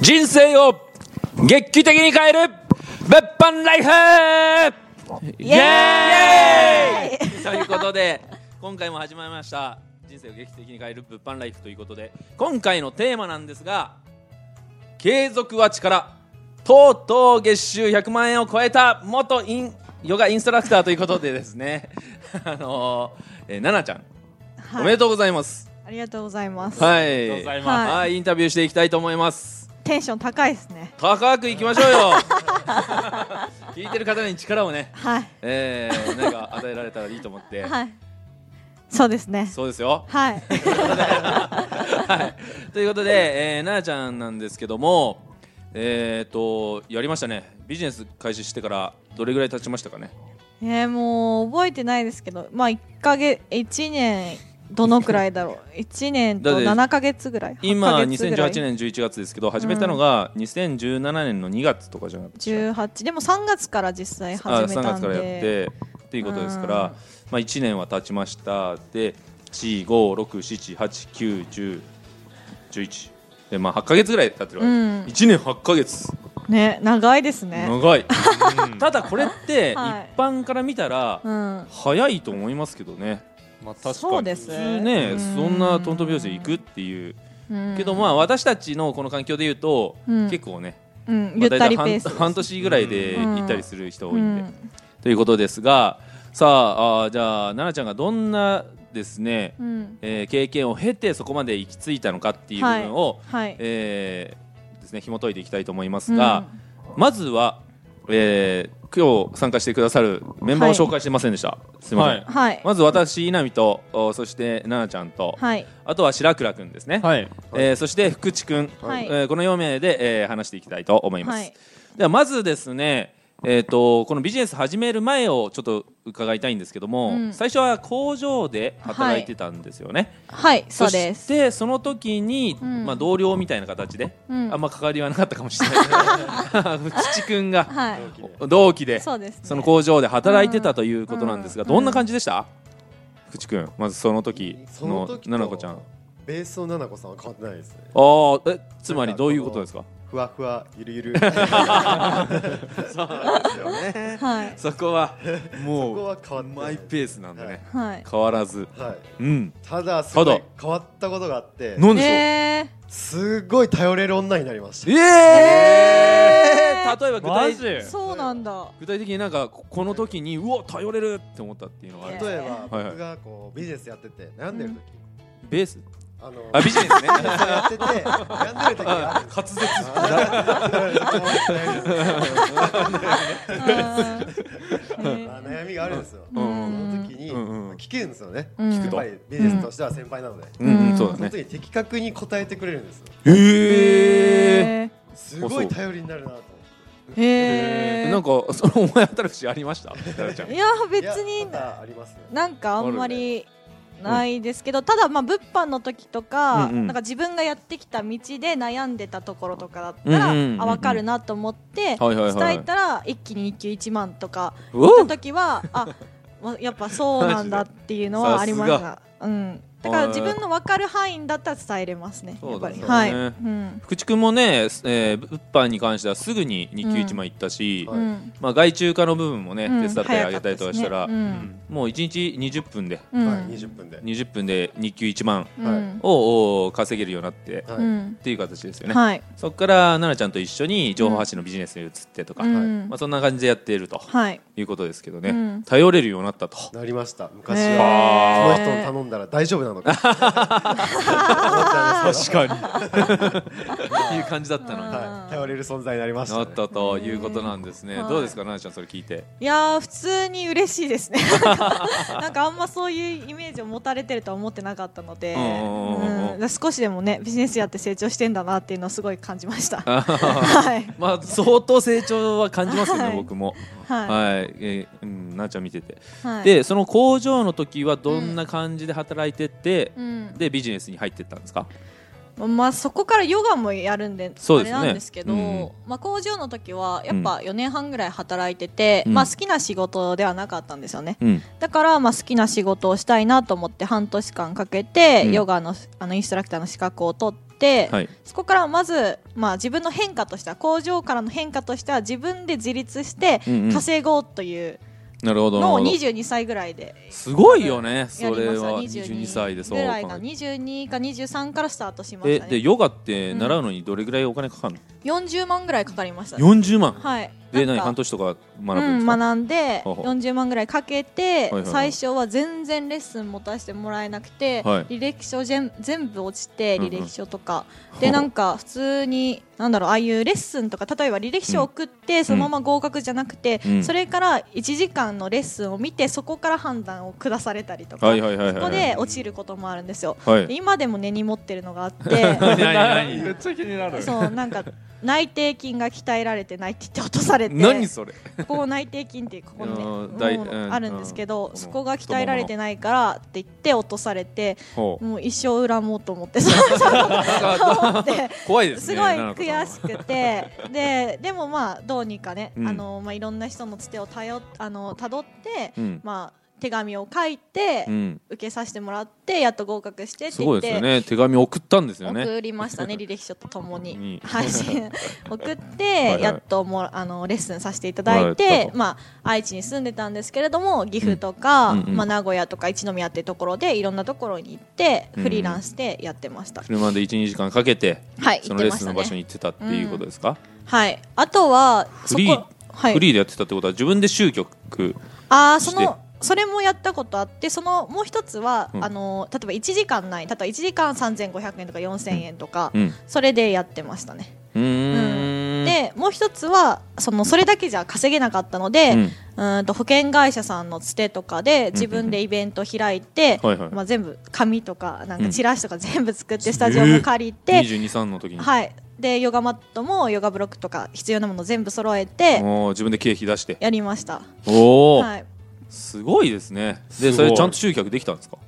人生を劇的に変える物販ライフイエーイということで今回も始まりました人生を劇的に変える物販ライフということで今回のテーマなんですが継続は力とうとう月収100万円を超えた元インヨガインストラクターということでですね あのー、えー、ななちゃん、はいおめでとうございますありがとうございます。はいございますはい、インタビューしていきたいと思いますテンション高いですね。高くいきましょうよ聞いてる方に力をね、はい。えー、なんか与えられたらいいと思って、はい。そうですね。そうですよ、 はい。はい、ということで、えー、なあちゃんなんですけどもえっ、とやりましたねビジネス開始してからどれぐらい経ちましたかねえー、もう覚えてないですけど、まあ一ヶ月一年どのくらいだろう。 一年だっとて七ヶ月ぐらい。今八ヶ月ぐらい2018。年11月ですけど始めたのが2017年の2月とかじゃなくて十八でも三月から実際あ始3めたん月で。からやってっていうことですから、まあ、1年は経ちましたで4567891011でまあ8か月ぐらい経ってるわけ、うん1年8か月ね長いですね。長い、 ただこれって一はい般から見たらうん。早いと思いますけどねまあ確かにそうです普通ねうんそんなトントン拍子で行くっていううんけどまあ私たちのこの環境で言うとうん結構ねうんまゆあった大体りペ半ース。半年ぐらいでうん行ったりする人多ういんでん。ということですがさああーじゃあ奈々ちゃんがどんなですね、うん。えー経験を経てそこまで行き着いたのかっていう部分を、はい。えーですね紐解いていきたいと思いますが、まずは、えー今日参加してくださるメンバーを紹介してませんでした、すいません、うはいんはい。まず私稲見とおそして奈々ちゃんと、はい。あとは白倉くんですね、はいえーそして福地くん、はいえーこの4名で、えー話していきたいと思います、はいではまずですねえー、とこのビジネス始める前をちょっと伺いたいんですけども、うん最初は工場で働いてたんですよね、はい。そうです。そしてその時に、うんまあ、同僚みたいな形で、うんあんま関わりはなかったかもしれ ない土くんがはい。同期でそうです、ね。その工場で働いてたということなんですが、うんどんな感じでした、福地くんまずその時そのの時とななこちゃんあベースのななこさんは変わってないですねあえつまりどういうことですかふわふわゆるゆる そうなんですよねはい。そこはもそこは変わってないマイペースなんだね、はい。変わらずはういんただすごたいだ変わったことがあって何でしょう、えすごい頼れる女になりましえたえー例えば具マ体ジー、そうなんだ。具体的になんかここの時にうわ頼れるって思ったっていうのがあるえ例えばはいはい僕がこうビジネスやってて悩んでる時ベースあのあビジネスねやってて悩んでる時があるんです 滑舌 うんあ悩みがあるんですようそんの時にうんうん聞けるんですよねうんやっぱりビジネスとしては先輩なのでうんうんそうそだのね時に的確に答えてくれるんですよえええすごい頼りになるなと思ってー。えなんー。かその思い当たる節ありました奈々ちゃんいや、別いにやまだありますねなんかあんまり。ないですけど、ただまあ物販の時とか、うんうんなんか自分がやってきた道で悩んでたところとかだったら、うんうんうんうんあ分かるなと思って、はいはいはい伝えたら一気に日給1万とかうお行った時はあわやっぱそうなんだっていうのはありまマしジでた。うん。だから自分の分かる範囲だったら伝えれますね。そうやっだぱねり。はい。そううだねん。福地君もね、すえー、物販に関してはすぐに日給一万いったし、はいうんまあ、外注化の部分もね、うん手伝ってあげたりとかしたら早かったですねもう1日20分でうん。はい、20分で。 20分で日給1万うはいん。をおー稼げるようになって、っはいうん。ていう形ですよね、はい。そこから奈々ちゃんと一緒に情報発信のビジネスに移ってとか、うまんあ、。そんな感じでやっているとはい。いうことですけどね、うん頼れるようになったとなりました。昔へは、ーその人に頼んだら大丈夫なの か。思っちゃいます 確か にいう感じだったのに、にはい、頼れる存在になりました、なね。ったということなんですね、へーどうですか奈々ちゃんそれ聞いて いやー普通に嬉しいですね。なんかなんかあんまそういうイメージを持たれてるとは思ってなかったので、うんうんうんうんうんだから少しでもねビジネスやって成長してんだなっていうのをすごい感じました。はい。まあ相当成長は感じますよね、はい僕もははい、えーうん、奈々ちゃん見てて、い。はい。、でその工場の時はどんな感じで働いてって、うん。でビジネスに入ってったんですか、まあ、そこからヨガもやるんでそうあでれすねなんですけど、うんまあ、工場の時はやっぱ4年半ぐらい働いてて、うんまあ、好きな仕事ではなかったんですよねうん、だからまあ好きな仕事をしたいなと思って半年間かけてうんヨガのあのインストラクターの資格を取っって、はいそこからまず、まあ、自分の変化としては工場からの変化としては自分で自立してうんうん稼ごうというなるほどなるのをほど22歳ぐらいでやりすごいよねましそたれは22 22歳でそうぐ考らえいか22か23からスタートしまえしたでねヨガって習うのにどれぐらいお金かかるの、 40万ぐらいかかりましたね40万、はいでなん何か半年とか学ぶんうですん、か、学んでほうほう40万ぐらいかけはていはいはい最初は全然レッスン持たせてもらえなくて、はい履歴書全全部落ちてうんうん履歴書とか、でなんか普通になんだろうああいうレッスンとか例えば履歴書送ってそのまま合格じゃなくて、うんそれから1時間のレッスンを見てそこから判断を下されたりとか、はいはいはいはいそこで落ちることもあるんですよ。はいで今でも根に持ってるのがあって 何何めっちゃ気になるそうなんか内定金が鍛えられてないって言って落とされて何何それここ内定金っていうここにねうん大もううんあるんですけど、うんそこが鍛えられてないからって言って落とされてほ うもう一生恨もうと思ってそう思って怖 いです すねごいなるほど悔しくてででもまあどうにかね、うんあのまあ、いろんな人のつてをたよあの辿って、うん、まあ、手紙を書いて、うん、受けさせてもらってやっと合格してってすご言いって。ですよね手紙送ったんですよね送りましたね履歴書ととも にに配信 送っはいてやっともうあのレッスンさせていただはいいどてうぞまあ愛知に住んでたんですけれども岐阜とかうんうんうんまあ名古屋とか一宮っていうところでいろんなところに行ってうんフリーランスでやってました車で12時間かけてはいそ行のっレッてまスしンたの場所にね行ってたっていうことですか、はいあとはフリーそこはフいリーでやってたってことは自分で集客ああそしてのそれもやったことあってそのもう一つはうんあの例えば1時間ない例えば1時間3500円とか4000円とかうんそれでやってましたねうーんでもう一つはそのそれだけじゃ稼げなかったので、ううんーん、と保険会社さんのつてとかで自分でイベント開いて、はいはいまあ、全部紙とかなんうんかチラシとか全部作ってスタジオも借りて、 223の時に、はい、でヨガマットもヨガブロックとか必要なもの全部揃えておー自分で経費出してやりました、おお、はい、すごいですねですごいそれちゃんと集客できたんですか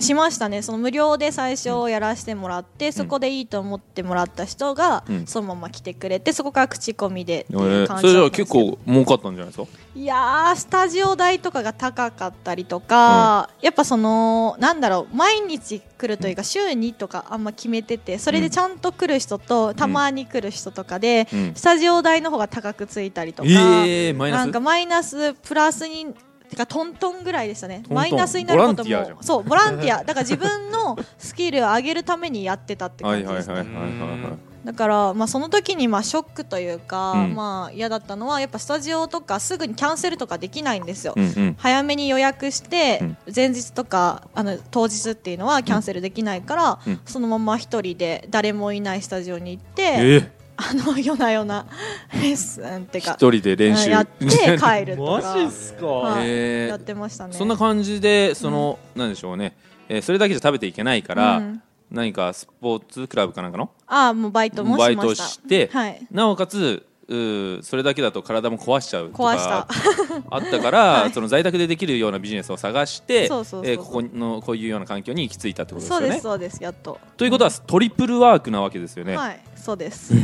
しましたねその無料で最初やらせてもらって、そこでいいと思ってもらった人が、うんそのまま来てくれてそこから口コミでってえいうー感それじじだゃったあんですけど結構儲かったんじゃないですかいやースタジオ代とかが高かったりとか、やっぱそのなんだろう毎日来るというか週にとかあんま決めててそれでちゃんと来る人とたまに来る人とかで、うんスタジオ代の方が高くついたりとか、えー、マイナなスんかマイナスプラスにてかトントンぐらいでしたねトンマイナスになることボランティアじゃんもそうボランティアだから自分のスキルを上げるためにやってたっては感いじはいではいすはいはねいはだから、まあ、その時にまあショックというか、うんまあ嫌だったのはやっぱスタジオとかすぐにキャンセルとかできないんですよ。いうんうん早めに予約して、うん前日とかあの当日っていうのはキャンセルできないから、うんそのまま一人で誰もいないスタジオに行って、えーあの夜な夜なレッスンって一か人で練習やって帰ると マかジっすか、はいえーやってましたね。そんな感じでその、なんでしょうね、えーそれだけじゃ食べていけないから、うん何かスポーツクラブかなんかのああもうバイトもしまバしイた。トして、はい、 なおかつうーそれだけだと体も壊しちゃうと壊したか あったから、 はいその在宅でできるようなビジネスを探してえそうそうそうーここのこういうような環境に行き着いたってことですそようでねす。そうですやっと。ということはトリプルワークなわけですよね。はいそうです。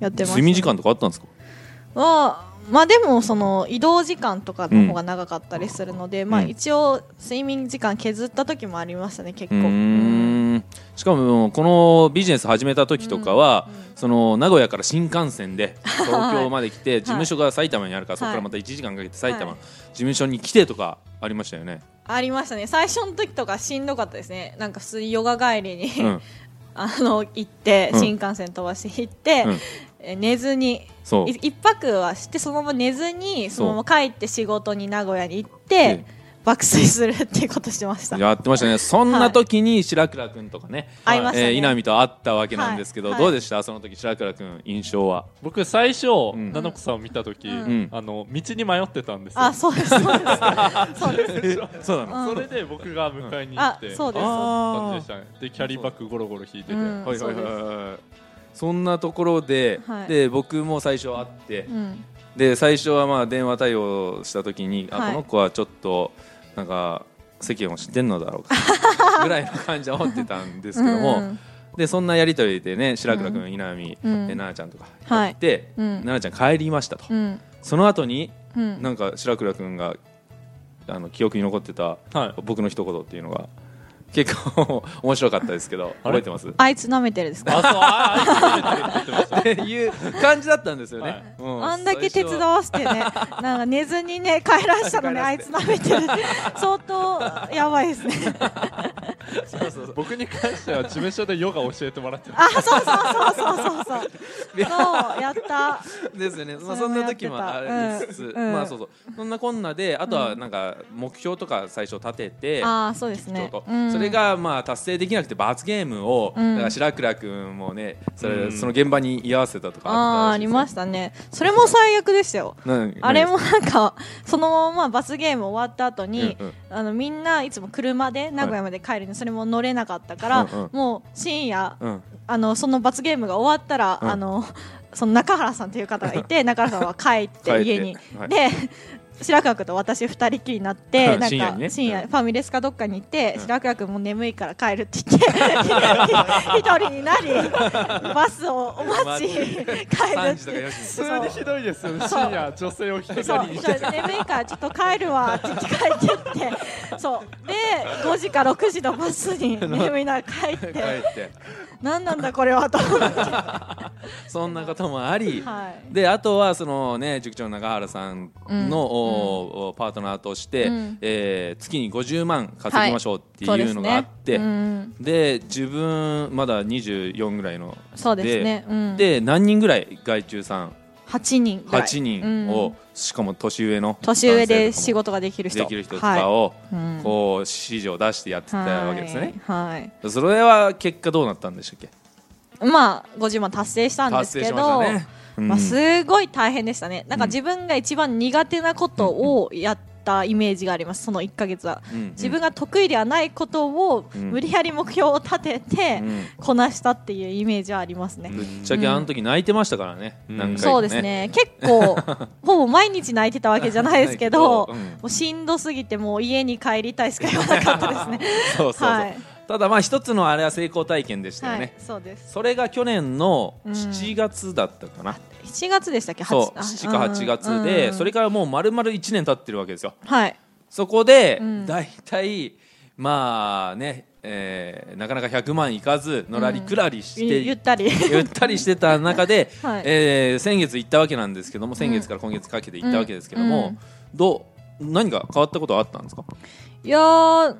やってました、睡眠時間とかあったんですかはまあでもその移動時間とかの方が長かったりするので、まあうん一応睡眠時間削った時もありましたね結う構、うんーんしかもこのビジネス始めた時とかは、その名古屋から新幹線 で東京まで来て事務所が埼玉にあるから、そこからまた1時間かけて埼玉、はい事務所に来てとかありましたよね。ありましたね最初の時とかしんどかったですねなんか普通にヨガ帰りに、うん、 あの行ってうん新幹線飛ばして行って、うんえ寝ずにそうい一泊はしてそのまま寝ずにそうそのまま帰って仕事に名古屋に行って爆睡するっていうことしてましたやってましたね。そんな時に白倉くんとかね、会いましたえねー稲見と会ったわけなんですけど、はいどうでしたその時白倉くん印象 は。僕最初、ん七子さんを見た時、んあの道に迷ってたんですよあそうですそうですそうですそうなうんそれで僕が迎えに行って、うんあそうです感じでしたねでキャリーバッグゴロゴロ引いてて、うんはいはいはいそはい。そんなところで、はいで僕も最初会って、うんで最初はまあ電話対応した時に、あはいこの子はちょっとなんか世間を知ってんのだろうかぐらいの感じは思ってたんですけども、うんでそんなやり取りでね白倉君、稲見、うんえ奈々ちゃんとかやって、はいうん奈々ちゃん帰りましたと、うんその後にうんなんか白倉君があの記憶に残ってたはい僕の一言っていうのが結構 面白かったですけどあ覚れえてますっあいつ舐めてるですかあそうああいつ舐めてるって言ってましていう感じだったんですよはいね、うあんだけ手伝最初わせてね、なんか寝ずに ね、帰らしたのね、あいつ舐めてる、相当やば いですね。そうそうそうた僕に関しては事務所でヨガ教えてもらってますあ、そうそうそうそうそうそう、そう、やった、ですよね、まあ、そんそれもなやって時たもありつつ、うんうんまあそうそうそんなこんなであとはなんか目標とか最初立てて、あー、そうですちょっねと。うんそれ、がまあ達成できなくて罰ゲームを、うんだから白倉君もねそれ、うんその現場に居合わせたとかあー、あったらしあいですりよましたね。それも最悪ですよ。なんあれもなんかそのままバスゲーム終わった後に、うんうんあのみんないつも車で名古屋まで帰るのにそれも乗れなかったから、うんうんもう深夜、 うんあのその罰ゲームが終わったら、うんあのその中原さんという方が いて中原さんは帰っ帰ってて家にはいで白川君と私二人きりになって、うんなんか深夜にね深夜うんファミレスかどっかに行って、うん白川君も眠いから帰るって言って 一人になりバスをお待ち帰る3っ時とかて4普時通にひどいですよね深夜女性を一人そう、に一人で眠いからちょっと帰るわって言って帰ってって、そう、で、5時か6時のバスに眠いながら帰っ、帰ってて何なんだこれはと思って、 そんなこともあり、はいであとはそのね塾長の中原さんの、うんおパートナーとして、うんえー月に50万稼ぎましょうってそうでいうすのがあねって、うんで自分まだ24ぐらいのそうですね、うんで何人ぐらい外注さん8人ぐらい、 8人うをんしかも年上の年上で仕男事ができる性とかも人、できる人とかをうんこう指示を出してやってたわけですねはいはいそれは結果どうなったんでしたっけまあ50万達成したんで達す成けしましたどねうんまあ、すごい大変でしたね、なんか自分が一番苦手なことをやったイメージがあります、その1か月は。うんうん自分が得意ではないことをうん無理やり目標を立ててうんこなしたっていうイメージはありますね。ぶっちゃけあの時泣いてましたからねうん何回もそうですね結構ほぼ毎日泣いてたわけじゃないですけど、うんもうしんどすぎてもう家に帰りたいしか言わなかったですね。 そうそうそはういただまあ一つのあれは成功体験でしたよはいね、そうです。それが去年の7月だったかな7月でしたっけ？そう八7か8月でそれからもう丸々1年経ってるわけですよはいそこでうん大体、まあね、えーなかなか100万いかずのらりくらりして、ゆゆっ たりゆったりしてた中で、 はいえー先月行ったわけなんですけども先月から今月かけて行ったわけですけども、うんどう何か変わったことはあったんですか、いやー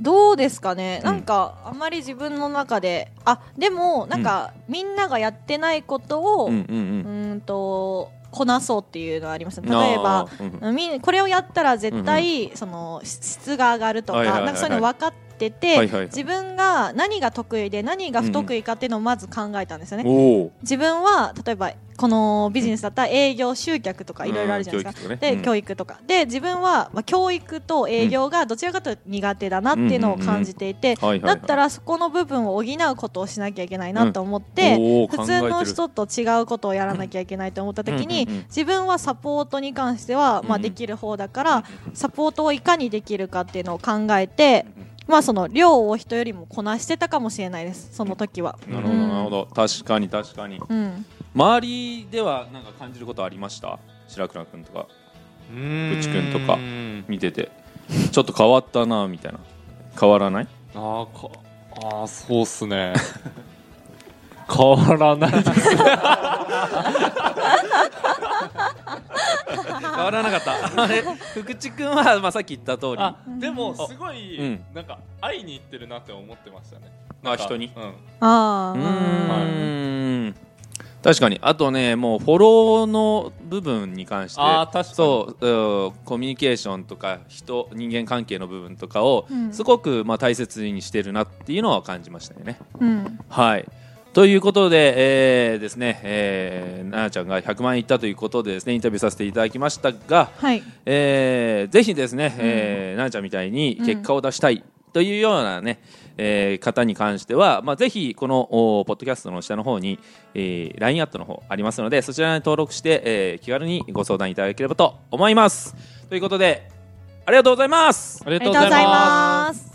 どうですかね、んなんかあまり自分の中であでもなんか、みんながやってないことを、うんうんうーんとこなそうっていうのはありますうんね例えあばーみこれをやったら絶対、そのし質が上がるとか,、はいはいはいはいなんかそういうの分かってて、はいはい自分が何が得意で何が不得意かっていうのをまず考えたんですようねん、。おお自分は例えばこのビジネスだったら営業集客とかいろいろあるじゃないですうか、ん教育とかねでうん教育とかで自分は、まあ、教育と営業がどちらかというと苦手だなっていうのを感じていうてんうんうんはいはいだはいったらそこの部分を補うことをしなきゃいけないなと思って、うんおー普通考えてのる人と違うことをやらなきゃいけないと思った時に、うんうんうんうん自分はサポートに関しては、まうあ、んできる方だから、サポートをいかにできるかっていうのを考えて、まあ、その量を人よりもこなしてたかもしれないですその時は。なるほどなるほど確かに確かにうん周りでは何か感じることありました白倉君とかうちちくんとか見ててちょっと変わったなみたいな変わらないあーかあーそうっすね変わらないです変わらなか った。あれ、福地君は、まあ、さっき言った通り。あでもすごういんなんか会いに行ってるなって思ってましたねあなんか人にうんあうーーん。確かに。あとね、もうフォローの部分に関して。あー確かにそう、うんコミュニケーションとか、人、人間関係の部分とかをう、んすごく、まあ、大切にしてるなっていうのは感じましたよね。うんはい。ということで、えーですね、えー、ななちゃんが100万いったということでですね、インタビューさせていただきましたが、はい、えーぜひですね、えーななちゃんみたいに結果を出したいというようなね、えー方に関しては、まあ、ぜひこのおポッドキャストの下の方に、えー LINE アットの方ありますのでそちらに登録して、えー気軽にご相談いただければと思いますということでありがとうございますありありがとうございます。